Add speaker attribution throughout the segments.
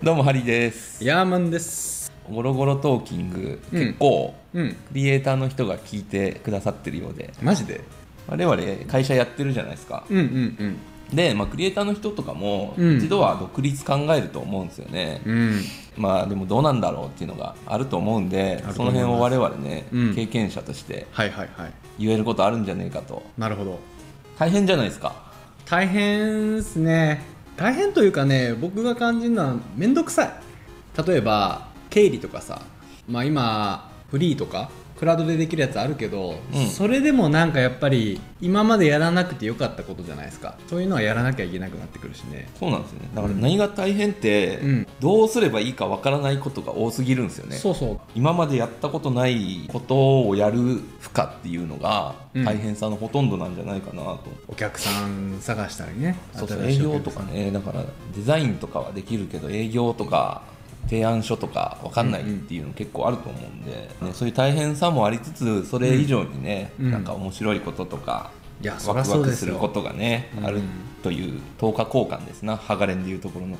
Speaker 1: どうもハリーです
Speaker 2: ヤーマンです
Speaker 1: ゴロゴロトーキング、結構
Speaker 2: うん
Speaker 1: クリエイターの人が聞いてくださってるようで
Speaker 2: マジで
Speaker 1: 我々会社やってるじゃないですか
Speaker 2: うんうん
Speaker 1: で、まあ、クリエイターの人とかも
Speaker 2: うん
Speaker 1: 一度は独立考えると思うんですよね、
Speaker 2: うんうん
Speaker 1: まあでもどうなんだろうっていうのがあると思うんで
Speaker 2: ある
Speaker 1: そ
Speaker 2: と
Speaker 1: の
Speaker 2: 思います
Speaker 1: 辺を我々ね、
Speaker 2: うん
Speaker 1: 経験者として
Speaker 2: はいはいはい
Speaker 1: 言えることあるんじゃねえかと
Speaker 2: なるほど
Speaker 1: 大変じゃないですか
Speaker 2: 大変ですね大変というかね僕が感じるのは面倒くさい例えば経理とかさまあ今フリーとかクラウドでできるやつあるけど、
Speaker 1: うん
Speaker 2: それでもなんかやっぱり今までやらなくてよかったことじゃないですかそういうのはやらなきゃいけなくなってくるしね
Speaker 1: そうなんですよねだから何が大変って、
Speaker 2: うん
Speaker 1: どうすればいいかわからないことが多すぎるんですよね
Speaker 2: そうそう
Speaker 1: 今までやったことないことをやる負荷っていうのが
Speaker 2: うん
Speaker 1: 大変さのほとんどなんじゃないかなと、
Speaker 2: お客さん探したりね
Speaker 1: そうそう
Speaker 2: 新し
Speaker 1: 営
Speaker 2: いお
Speaker 1: 業
Speaker 2: 客
Speaker 1: と
Speaker 2: さ
Speaker 1: か
Speaker 2: ん
Speaker 1: ねだからデザインとかはできるけど営業とか提案書とかわかんないっていうの結構あると思うんで、ね、そういう大変さもありつつそれ以上にね、
Speaker 2: うん
Speaker 1: なんか面白いこととか
Speaker 2: いやそ
Speaker 1: ワ
Speaker 2: りゃ
Speaker 1: ク
Speaker 2: そ
Speaker 1: ワ
Speaker 2: う
Speaker 1: ク
Speaker 2: ですす
Speaker 1: る
Speaker 2: よ
Speaker 1: ことがね、
Speaker 2: うん
Speaker 1: あるという10日交換ですなハガレンでいうところの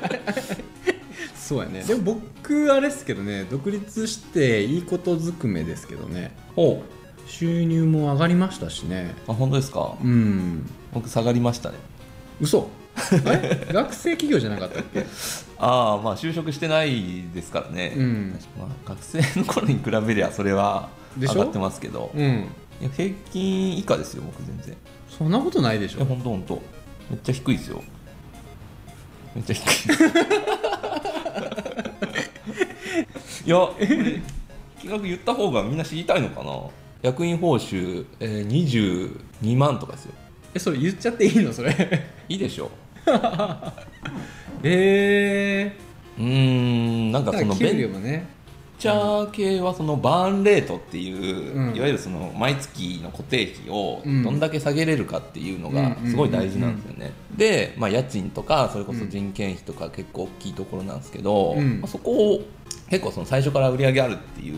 Speaker 2: そうやねでも僕あれですけどね独立していいことずくめですけどね
Speaker 1: おう
Speaker 2: 収入も上がりましたしね
Speaker 1: あ本当ですか
Speaker 2: うん
Speaker 1: 僕下がりましたね
Speaker 2: 嘘え学生企業じゃなかったっけ
Speaker 1: ああまあ就職してないですからね、
Speaker 2: うん
Speaker 1: まあ、学生の頃に比べりゃそれは上
Speaker 2: でしょ
Speaker 1: がってますけど
Speaker 2: うん
Speaker 1: いや平均以下ですよ僕全然
Speaker 2: そんなことないでし
Speaker 1: いや
Speaker 2: ょ
Speaker 1: ほんとほんとめっちゃ低いですよめっちゃ低いです いやこれ企画言った方がみんな知りたいのかな役員報酬、えー、22万とかですよ
Speaker 2: えそれ言っちゃっていいのそれ
Speaker 1: いいでしょ
Speaker 2: え
Speaker 1: うーんなん
Speaker 2: ー、
Speaker 1: か
Speaker 2: だ
Speaker 1: そ
Speaker 2: から
Speaker 1: の
Speaker 2: 給
Speaker 1: ベ
Speaker 2: 料
Speaker 1: ン
Speaker 2: もね
Speaker 1: チャー系はそのバーンレートっていう、
Speaker 2: うん
Speaker 1: いわゆるその毎月の固定費を
Speaker 2: うん
Speaker 1: どんだけ下げれるかっていうのが
Speaker 2: うん
Speaker 1: すごい大事なんですよね。で、まあ、家賃とかそれこそ人件費とか結構大きいところなんですけど、
Speaker 2: うん
Speaker 1: まあそこを結構その最初から売り上げあるっていう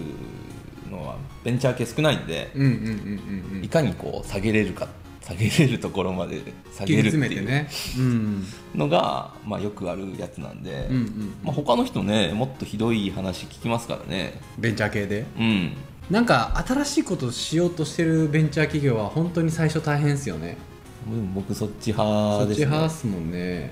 Speaker 1: のはベンチャー系少ないんで、
Speaker 2: うんうんうんうんう
Speaker 1: い
Speaker 2: ん
Speaker 1: かにこう下げれるか下げれるところまで下
Speaker 2: 切
Speaker 1: げ
Speaker 2: り
Speaker 1: るって
Speaker 2: 詰めて
Speaker 1: いう
Speaker 2: ねうん
Speaker 1: のが、まあ、よくあるやつなんで、
Speaker 2: うんうん
Speaker 1: まあ、他の人ねもっとひどい話聞きますからね。
Speaker 2: ベンチャー系で
Speaker 1: うん
Speaker 2: なんか新しいことしようとしてるベンチャー企業は本当に最初大変ですよね
Speaker 1: でも僕そっち
Speaker 2: そ
Speaker 1: 派
Speaker 2: っ
Speaker 1: で
Speaker 2: ち
Speaker 1: す
Speaker 2: 派
Speaker 1: ね
Speaker 2: っすもんね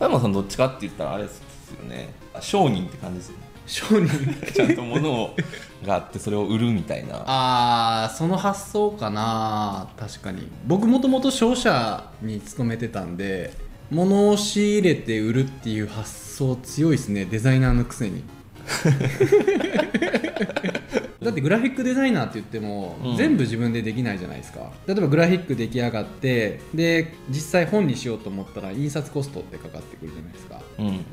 Speaker 1: 小山さんどっちかって言ったらあれですよねあ商人って感じですよね
Speaker 2: 商人
Speaker 1: ちゃんと物をがあってそれを売るみたいな
Speaker 2: あーその発想かな確かに僕もともと商社に勤めてたんで物を仕入れて売るっていう発想強いですねデザイナーのく せにだってグラフィックデザイナーって言っても、
Speaker 1: うん
Speaker 2: 全部自分でできないじゃないですか例えばグラフィック出来上がってで実際本にしようと思ったら印刷コストってかかってくるじゃないですか
Speaker 1: うん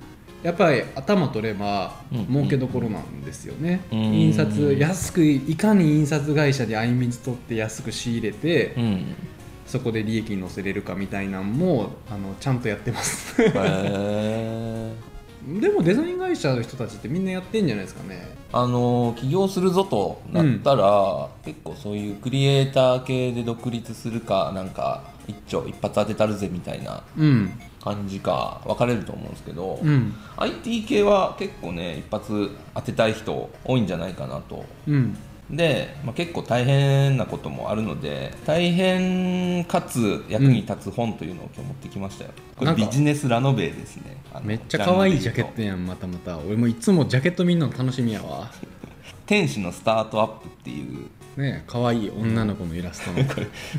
Speaker 2: やっぱり頭取れば
Speaker 1: うん
Speaker 2: 儲けどころなんですよね、
Speaker 1: うん
Speaker 2: 印刷安くいかに印刷会社で相みつ取って安く仕入れて、
Speaker 1: うん
Speaker 2: そこで利益に乗せれるかみたいなんもあのちゃんとやってます
Speaker 1: へえ
Speaker 2: でもデザイン会社の人たちってみんなやってんじゃないですかね
Speaker 1: あの起業するぞとなったら、結構そういうクリエイター系で独立するかなんか一丁一発当てたるぜみたいな
Speaker 2: うん
Speaker 1: 感じか分かれると思うんですけど、
Speaker 2: うん
Speaker 1: IT 系は結構ね一発当てたい人多いんじゃないかなと
Speaker 2: うん
Speaker 1: で、まあ、結構大変なこともあるので大変かつ役に立つ本というのを今日持ってきましたよ、これ
Speaker 2: なんか
Speaker 1: ビジネスラノベですねあの
Speaker 2: めっちゃ可愛いジャケ
Speaker 1: ジャン
Speaker 2: ッ
Speaker 1: ル
Speaker 2: ト
Speaker 1: で
Speaker 2: やんまたまた俺もいつもジャケット見んの楽しみやわ
Speaker 1: 言うと天使のスタートアップっていう
Speaker 2: ねえ可愛い女の子のイ ラストの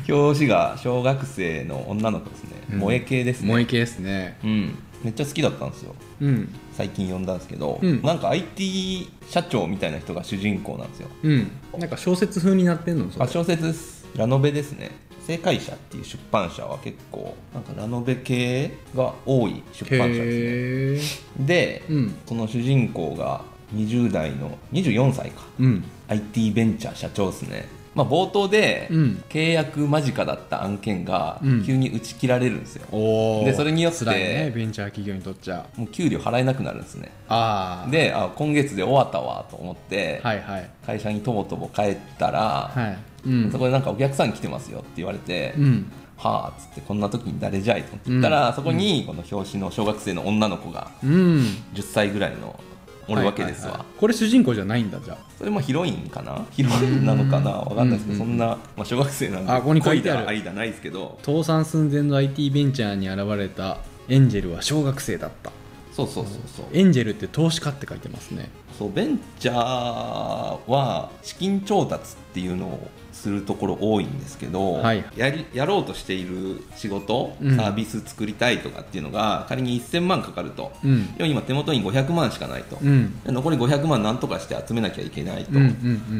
Speaker 1: 表紙が小学生の女の子ですね、
Speaker 2: うん
Speaker 1: 萌え系ですね
Speaker 2: 萌え系ですね
Speaker 1: うんめっちゃ好きだったんですよ
Speaker 2: うん
Speaker 1: 最近読んだんですけど、
Speaker 2: うん
Speaker 1: なんか IT 社長みたいな人が主人公なんですよ
Speaker 2: うんなんか小説風になってんのそれ
Speaker 1: あ小説ですラノベですね正解者っていう出版社は結構なんかラノベ系が多い出版社ですね
Speaker 2: へえ
Speaker 1: で、
Speaker 2: うん
Speaker 1: その主人公が20代の24歳か
Speaker 2: うん
Speaker 1: IT ベンチャー社長ですねまあ冒頭で、
Speaker 2: うん
Speaker 1: 契約間近だった案件が
Speaker 2: うん
Speaker 1: 急に打ち切られるんですよ、
Speaker 2: おー
Speaker 1: でそれによって
Speaker 2: 辛いねベンチャー企業にとっちゃ
Speaker 1: もう給料払えなくなるんですね
Speaker 2: ああ
Speaker 1: であ今月で終わったわと思って、
Speaker 2: はいはい
Speaker 1: 会社にとぼとぼ帰ったら、
Speaker 2: はいうん
Speaker 1: そこでなんかお客さん来てますよって言われて、
Speaker 2: うん
Speaker 1: はあっつってこんな時に誰じゃいと思って言ったら、そこにこの表紙の小学生の女の子が
Speaker 2: うん
Speaker 1: 10歳ぐらいのおるわけですわ、
Speaker 2: はいはいはいこれ主人公じゃないんだじゃ
Speaker 1: それもヒロインかなヒロインなのかなわかんないですけど、
Speaker 2: うんう
Speaker 1: そんな、まあ、小学生なんで
Speaker 2: あここに書いてある
Speaker 1: 恋だ愛だないですけど
Speaker 2: あ倒産寸前の IT ベンチャーに現れたエンジェルは小学生だった
Speaker 1: そうそうそうそう
Speaker 2: エンジェルって投資家って書いてますね
Speaker 1: そうベンチャーは資金調達っていうのをするところ多いんですけど、
Speaker 2: はい
Speaker 1: やりやろうとしている仕事、
Speaker 2: うん
Speaker 1: サービス作りたいとかっていうのが仮に1000万かかると、
Speaker 2: うん
Speaker 1: でも今手元に500万しかないと、
Speaker 2: うん
Speaker 1: で残り500万なんとかして集めなきゃいけないと、
Speaker 2: うんうん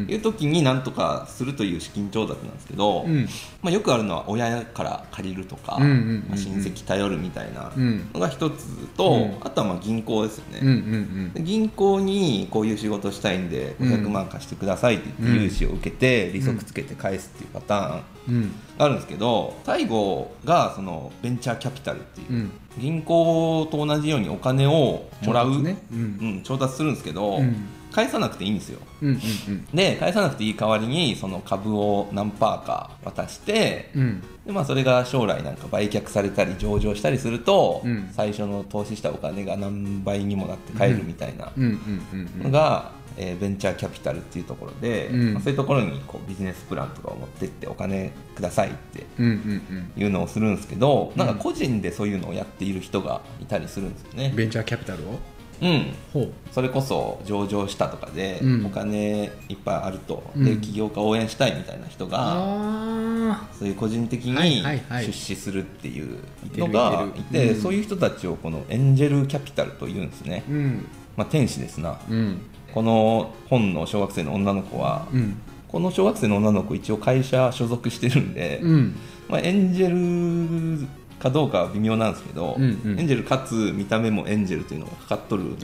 Speaker 2: う
Speaker 1: い
Speaker 2: ん
Speaker 1: う時になんとかするという資金調達なんですけど、
Speaker 2: うん
Speaker 1: まあ、よくあるのは親から借りるとか、
Speaker 2: うんうんうんうん
Speaker 1: まあ親戚頼るみたいな
Speaker 2: うん
Speaker 1: のが一つと、
Speaker 2: うん
Speaker 1: あとはまあ銀行ですよね、
Speaker 2: うんうん
Speaker 1: で銀行にこういう仕事したいんで
Speaker 2: うん
Speaker 1: 500万貸してくださいって言って融資を受けて利息つけて返すっていうパターン
Speaker 2: うん
Speaker 1: があるんですけど最後がそのベンチャーキャピタルっていう、
Speaker 2: うん
Speaker 1: 銀行と同じようにお金をもら
Speaker 2: 調
Speaker 1: う、
Speaker 2: 達ねうん
Speaker 1: うん調達するんですけど、
Speaker 2: うん
Speaker 1: 返さなくていいんですよ
Speaker 2: うんうん
Speaker 1: で返さなくていい代わりにその株を何パーか渡して
Speaker 2: うん
Speaker 1: で、まあ、それが将来なんか売却されたり上場したりすると、
Speaker 2: うん
Speaker 1: 最初の投資したお金が何倍にもなって返るみたいな
Speaker 2: うんうんうんうん
Speaker 1: のが、えーベンチャーキャピタルっていうところで、
Speaker 2: うん
Speaker 1: まあそういうところにこうビジネスプランとかを持ってってお金くださいって
Speaker 2: うんうん
Speaker 1: いうのをするんですけど、
Speaker 2: うん
Speaker 1: なんか個人でそういうのをやっている人がいたりするんですよ
Speaker 2: うん
Speaker 1: ね。
Speaker 2: ベンチャーキャピタルを
Speaker 1: うん
Speaker 2: ほう
Speaker 1: それこそ上場したとかで、
Speaker 2: うん
Speaker 1: お金いっぱいあると、
Speaker 2: うん
Speaker 1: で起業家応援したいみたいな人が、
Speaker 2: あ
Speaker 1: そういう個人的
Speaker 2: はい
Speaker 1: に
Speaker 2: はいはい
Speaker 1: 出資するっていう
Speaker 2: いて
Speaker 1: の
Speaker 2: る
Speaker 1: が
Speaker 2: い
Speaker 1: い
Speaker 2: てる
Speaker 1: て
Speaker 2: うん
Speaker 1: そういう人たちをこのエンジェルキャピタルというんですね
Speaker 2: ー、うん
Speaker 1: まあ、天使ですな
Speaker 2: うん
Speaker 1: この本の小学生の女の子は、
Speaker 2: うん
Speaker 1: この小学生の女の子一応会社所属してるんで、
Speaker 2: うん
Speaker 1: まあ、エンジェルかどうかは微妙なんですけど、
Speaker 2: うんうん
Speaker 1: エンジェルかつ見た目もエンジェルというのがかかっとる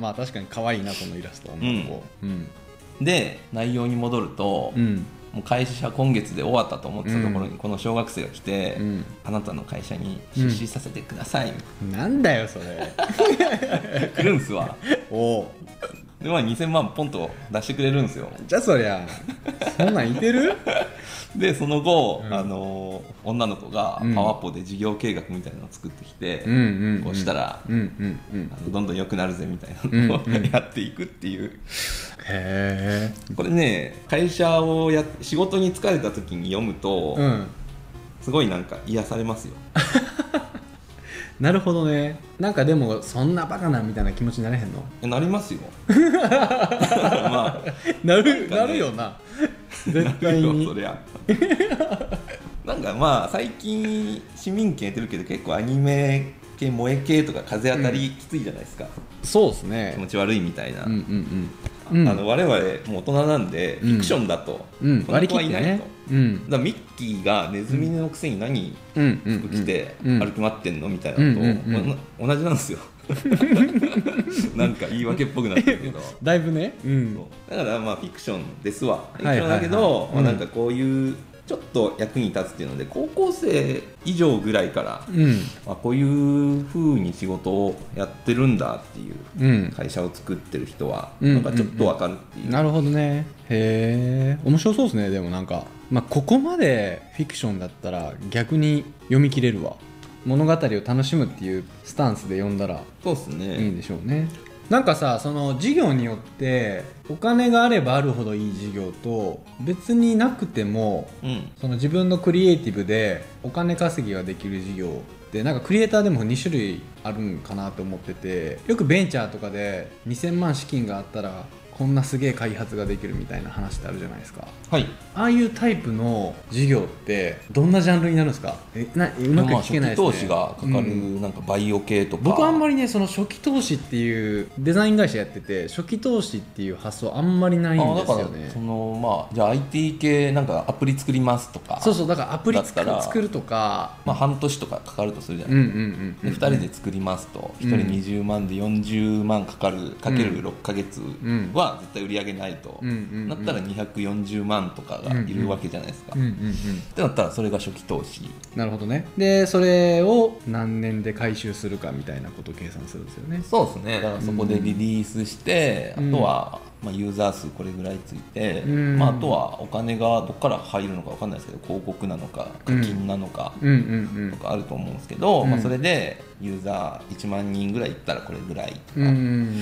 Speaker 2: まあ確かに可愛いなこのイラスト女の子うん
Speaker 1: で内容に戻ると、
Speaker 2: うん
Speaker 1: もう会社今月で終わったと思ってたところ
Speaker 2: う
Speaker 1: にこの小学生が来て、
Speaker 2: うん
Speaker 1: あなたの会社に出資させてください、
Speaker 2: なんだよそれ
Speaker 1: 来るんすわ
Speaker 2: おう
Speaker 1: でまあ2000万ポンと出してくれるんですよ
Speaker 2: じゃあそりゃそんなんいてる
Speaker 1: でその後、
Speaker 2: うん
Speaker 1: あの女の子が
Speaker 2: うん
Speaker 1: パワポで事業計画みたいなのを作ってきて、
Speaker 2: うんうん
Speaker 1: こうしたら
Speaker 2: うんうんうん
Speaker 1: あのどんどん良くなるぜみたいなのを
Speaker 2: う んうん
Speaker 1: やっていくっていう
Speaker 2: へえ
Speaker 1: これね会社をや仕事に疲れた時に読むと、
Speaker 2: うん
Speaker 1: すごいなんか癒されますよ
Speaker 2: なるほどねなんかでもそんなバカなみたいな気持ちになれへ んの
Speaker 1: えなりますよ まあ
Speaker 2: なる
Speaker 1: んかね
Speaker 2: なるよな絶
Speaker 1: なる
Speaker 2: 対
Speaker 1: よ そ
Speaker 2: に
Speaker 1: りゃ なんかまあ最近市民権やってるけど結構アニメ系萌え系とか風当たりきついじゃないですか、
Speaker 2: そうっす
Speaker 1: 気
Speaker 2: ね
Speaker 1: 持ち悪いみたいな、
Speaker 2: うんうんうん
Speaker 1: あの我々もう大人なんで、
Speaker 2: うん
Speaker 1: フィクションだと、
Speaker 2: うん
Speaker 1: こんな
Speaker 2: 割り
Speaker 1: 子は
Speaker 2: 切っ
Speaker 1: い
Speaker 2: て
Speaker 1: ないと、
Speaker 2: ねうん
Speaker 1: だからミッキーがネズミのくせに何
Speaker 2: うんうん
Speaker 1: 服着て
Speaker 2: うん
Speaker 1: 歩き回ってんのみたいなのと、
Speaker 2: うんうんうん
Speaker 1: おな同じなんですよ なんか言い訳っぽくなってるけど
Speaker 2: だいぶねうん
Speaker 1: そうだからまあフィクションですわフ
Speaker 2: い
Speaker 1: ィクションだけ
Speaker 2: はい
Speaker 1: ど
Speaker 2: はい
Speaker 1: ま
Speaker 2: う
Speaker 1: あ
Speaker 2: ん
Speaker 1: なんかこういうちょっと役に立つっていうので高校生以上ぐらいから、
Speaker 2: うん
Speaker 1: まあ、こういう風に仕事をやってるんだっていう
Speaker 2: うん
Speaker 1: 会社を作ってる人は
Speaker 2: うん
Speaker 1: なんかちょっとわかるっていう、
Speaker 2: なるほどねへえ面白そうですねでもなんか、まあ、ここまでフィクションだったら逆に読み切れるわ物語を楽しむっていうスタンスで読んだら
Speaker 1: そうです
Speaker 2: いいん
Speaker 1: ね
Speaker 2: でしょうねなんかさその事業によってお金があればあるほどいい事業と別になくても
Speaker 1: うん
Speaker 2: その自分のクリエイティブでお金稼ぎができる事業ってなんかクリエイターでも2種類あるんかなと思っててよくベンチャーとかで2000万資金があったらこんなすげえ開発ができるみたいな話ってあるじゃないですか
Speaker 1: はい
Speaker 2: ああいうタイプの事業ってどんなジャンルになるんですかえなうまく聞けない
Speaker 1: まあ初
Speaker 2: ですね、
Speaker 1: 期投資がかか
Speaker 2: う
Speaker 1: る
Speaker 2: ん
Speaker 1: なんかバイオ系とか、
Speaker 2: 僕あんま
Speaker 1: り
Speaker 2: りねその初期投資っていうデザイン会社やってて初期投資っていう発想あんまりないん
Speaker 1: あだ
Speaker 2: です
Speaker 1: から
Speaker 2: よね
Speaker 1: そのまあじゃあ IT 系なんかアプリ作りますとか
Speaker 2: そうそうだからアプリ作
Speaker 1: だった
Speaker 2: る
Speaker 1: ら
Speaker 2: 作るとか
Speaker 1: まあ、半年とかかかるとするじゃないですか
Speaker 2: うんうんうんうん
Speaker 1: で2人で作りますと1人20万で40万かかるかける6ヶ月は絶対売り上げないと、
Speaker 2: うんうんうん
Speaker 1: なったら240万とかがいるわけじゃないですか、
Speaker 2: うんうんう
Speaker 1: っ
Speaker 2: ん
Speaker 1: てなったらそれが初期投資
Speaker 2: なるほどねでそれを何年で回収するかみたいなことを計算するんですよね
Speaker 1: そうですねだからそこでリリースして、
Speaker 2: うん
Speaker 1: あとは、まあ、ユーザー数これぐらいついて、
Speaker 2: うん
Speaker 1: まあ、あとはお金がどっから入るのかわかんないですけど広告なのか課金なのか、
Speaker 2: うんうん
Speaker 1: とかあると思うんですけど、ま
Speaker 2: う
Speaker 1: あ、
Speaker 2: ん
Speaker 1: それでユーザー1万人ぐらいいったらこれぐらいとか、
Speaker 2: うんうんうん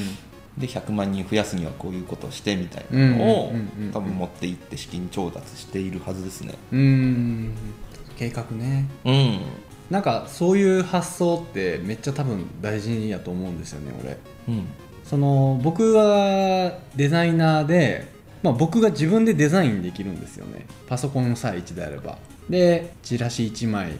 Speaker 1: で100万人増やすにはこういうことをしてみたいなのを
Speaker 2: うんうんうんうん
Speaker 1: 多分持っていって資金調達しているはずですね。
Speaker 2: うんうん計画ね
Speaker 1: うん、
Speaker 2: なんかそういう発想ってめっちゃ多分大事やと思うんですよね俺
Speaker 1: うん、
Speaker 2: その僕はデザイナーで、まあ、僕が自分でデザインできるんですよねパソコンさえ1台あればでチラシ1枚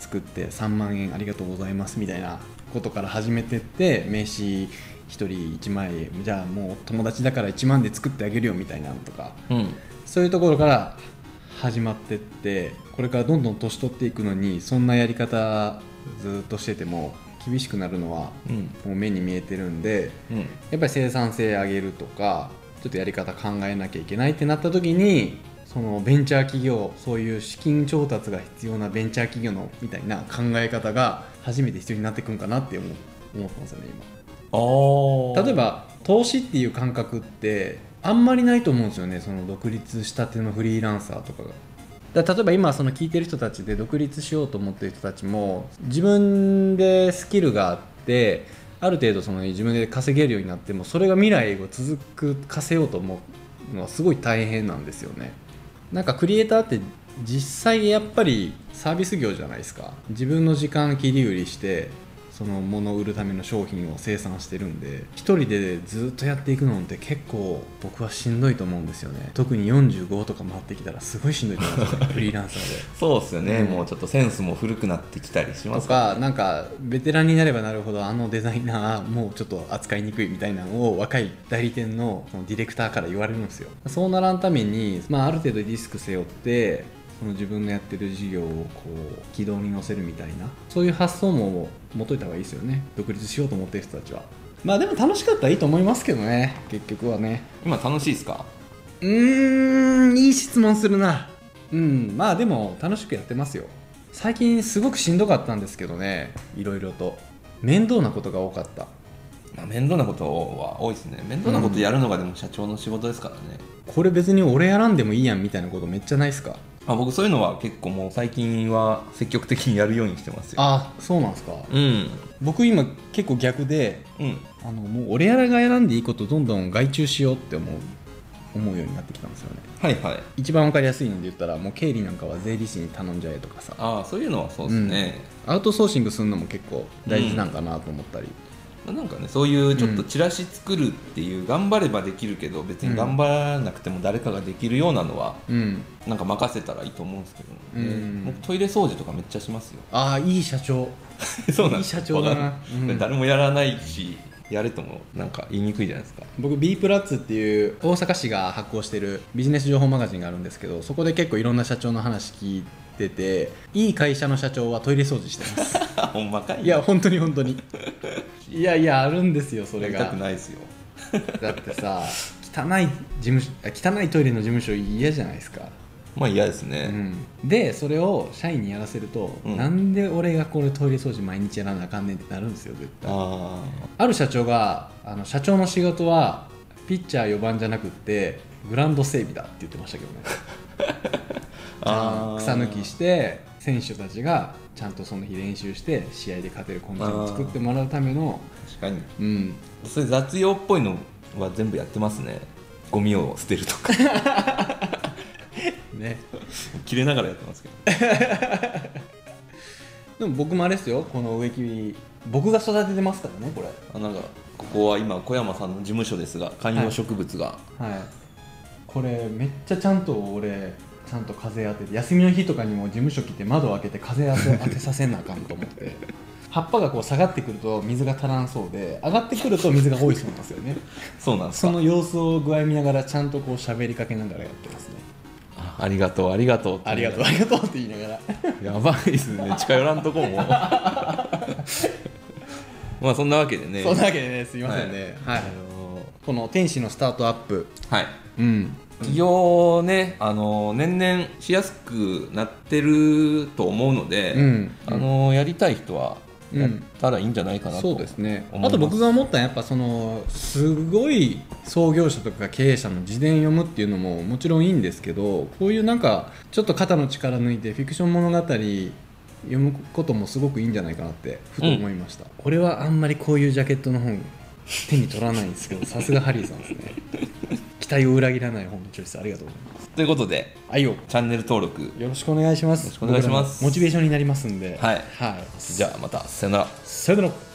Speaker 2: 作って3万円ありがとうございますみたいなことから始めてって名刺1人1枚じゃあもう友達だから1万で作ってあげるよみたいなのとか
Speaker 1: うん、
Speaker 2: そういうところから始まってってこれからどんどん年取っていくのにそんなやり方ずっとしてても厳しくなるのは
Speaker 1: うん、
Speaker 2: もう目に見えてるんで
Speaker 1: うん、
Speaker 2: やっぱり生産性上げるとかちょっとやり方考えなきゃいけないってなった時にそのベンチャー企業そういう資金調達が必要なベンチャー企業のみたいな考え方が初めて必要になってくるんかなって思う思ったんですよね
Speaker 1: あ
Speaker 2: 今例えば投資っていう感覚ってあんまりないと思うんですよねその独立したてのフリーランサーとかが。だから例えば今その聞いてる人たちで独立しようと思ってる人たちも自分でスキルがあってある程度その自分で稼げるようになってもそれが未来を続く稼ごうと思うのはすごい大変なんですよねなんかクリエイターって実際やっぱりサービス業じゃないですか自分の時間切り売りしてその物を売るための商品を生産してるんで一人でずっとやっていくのって結構僕はしんどいと思うんですよね特に45とか回ってきたらすごいしんどいと思うんですよねフリーランサーで
Speaker 1: そうですよね、
Speaker 2: うん
Speaker 1: もうちょっとセンスも古くなってきたりしま
Speaker 2: と
Speaker 1: すから
Speaker 2: かなんかベテランになればなるほどあのデザイナーもうちょっと扱いにくいみたいなのを若い代理店のそのディレクターから言われるんですよそうならんために、まあ、ある程度リスク背負ってその自分のやってる事業をこう軌道に乗せるみたいなそういう発想も持っといた方がいいですよね独立しようと思ってる人たちはまあでも楽しかったらいいと思いますけどね結局はね
Speaker 1: 今楽しいですか
Speaker 2: うーんいい質問するなうんまあでも楽しくやってますよ最近すごくしんどかったんですけどねいろいろと面倒なことが多かった
Speaker 1: まあ面倒なことは多いですね面倒なことやるのがでも社長の仕事ですからね、
Speaker 2: これ別に俺やらんでもいいやんみたいなことめっちゃないですか
Speaker 1: まあ、僕そういうのは結構もう最近は積極的にやるようにしてますよ
Speaker 2: あそうなんですか
Speaker 1: うん
Speaker 2: 僕今結構逆で
Speaker 1: うん
Speaker 2: あのもう俺やらが選んでいいことどんどん外注しようって思う思うようになってきたんですよね
Speaker 1: はいはい
Speaker 2: 一番わかりやすいので言ったらもう経理なんかは税理士に頼んじゃえとかさ
Speaker 1: ああそういうのはそうですね、
Speaker 2: アウトソーシングするのも結構大事なんかなと思ったり、
Speaker 1: まあなんかねそういうちょっとチラシ作るっていう、頑張ればできるけど別に頑張らなくても誰かができるようなのは、
Speaker 2: うん、
Speaker 1: なんか任せたらいいと思うんですけど、ね
Speaker 2: うん
Speaker 1: 僕トイレ掃除とかめっちゃしますよ
Speaker 2: ああいい社長
Speaker 1: そうなん
Speaker 2: いい
Speaker 1: です
Speaker 2: 社長だな
Speaker 1: わかんない
Speaker 2: うん
Speaker 1: 誰もやらないしやれともなんか言いにくいじゃないです か
Speaker 2: 僕 B プラッツっていう大阪市が発行してるビジネス情報マガジンがあるんですけどそこで結構いろんな社長の話聞いてていい会社の社長はトイレ掃除してます
Speaker 1: ほんまかい
Speaker 2: いや本当に本当にいやいやあるんですよそ
Speaker 1: や
Speaker 2: れ
Speaker 1: りた
Speaker 2: が
Speaker 1: くないですよ
Speaker 2: だってさ汚い事務所あ汚いトイレの事務所嫌じゃないですか
Speaker 1: まあ嫌ですね、
Speaker 2: うん、でそれを社員にやらせると、
Speaker 1: うん
Speaker 2: なんで俺がこれトイレ掃除毎日やらなあかんねんってなるんですよ絶対
Speaker 1: あ
Speaker 2: ある社長があの社長の仕事はピッチャー4番じゃなくってグラウンド整備だって言ってましたけどね
Speaker 1: ー あー
Speaker 2: 草抜きして選手たちがちゃんとその日練習して試合で勝てるコンディションを作ってもらうための
Speaker 1: 確かに
Speaker 2: うん
Speaker 1: それ雑用っぽいのは全部やってますねゴミを捨てるとか
Speaker 2: ね
Speaker 1: 切れながらやってますけど
Speaker 2: でも僕もあれですよこの植木僕が育ててますからねこれ
Speaker 1: あなんかここは今小山さんの事務所ですが観葉植物が、
Speaker 2: はいこれめっちゃちゃんと俺ちゃんと風当てて休みの日とかにも事務所来て窓開けて風当 て当てさせなあかんと思って葉っぱがこう下がってくると水が足らんそうで上がってくると水が多いそうなんですよ ね
Speaker 1: そうなんです
Speaker 2: そ
Speaker 1: か
Speaker 2: の様子を具合見ながらちゃんとこう喋りかけながらやってますね
Speaker 1: あありがとうありがとうって
Speaker 2: ありがとうありがとうって言いながら
Speaker 1: やばいですね近寄らんと こもまあそんなわけでね
Speaker 2: そんなわけでねすいませんねはい、
Speaker 1: あの
Speaker 2: この天使のスタートアップ
Speaker 1: はい
Speaker 2: うん
Speaker 1: 起業ね、あの年々しやすくなってると思うので、
Speaker 2: うん
Speaker 1: あのやりたい人は
Speaker 2: うん
Speaker 1: やったらいいんじゃないかなと、
Speaker 2: そうですね
Speaker 1: 思います
Speaker 2: あと僕が思ったのはやっぱそのすごい創業者とか経営者の自伝読むっていうのももちろんいいんですけどこういうなんかちょっと肩の力抜いてフィクション物語読むこともすごくいいんじゃないかなってふと思いました、俺はあんまりこういうジャケットの本手に取らないんですけ どさすがハリーさんですね期待を裏切らない本のチョイスありがとうございます
Speaker 1: ということで
Speaker 2: はいよ
Speaker 1: チャンネル登録
Speaker 2: よろしくお願いします
Speaker 1: よろしくお願いします
Speaker 2: 僕らのモチベーションになりますんでは
Speaker 1: はい
Speaker 2: はい、
Speaker 1: じゃあまたさよなら
Speaker 2: さよなら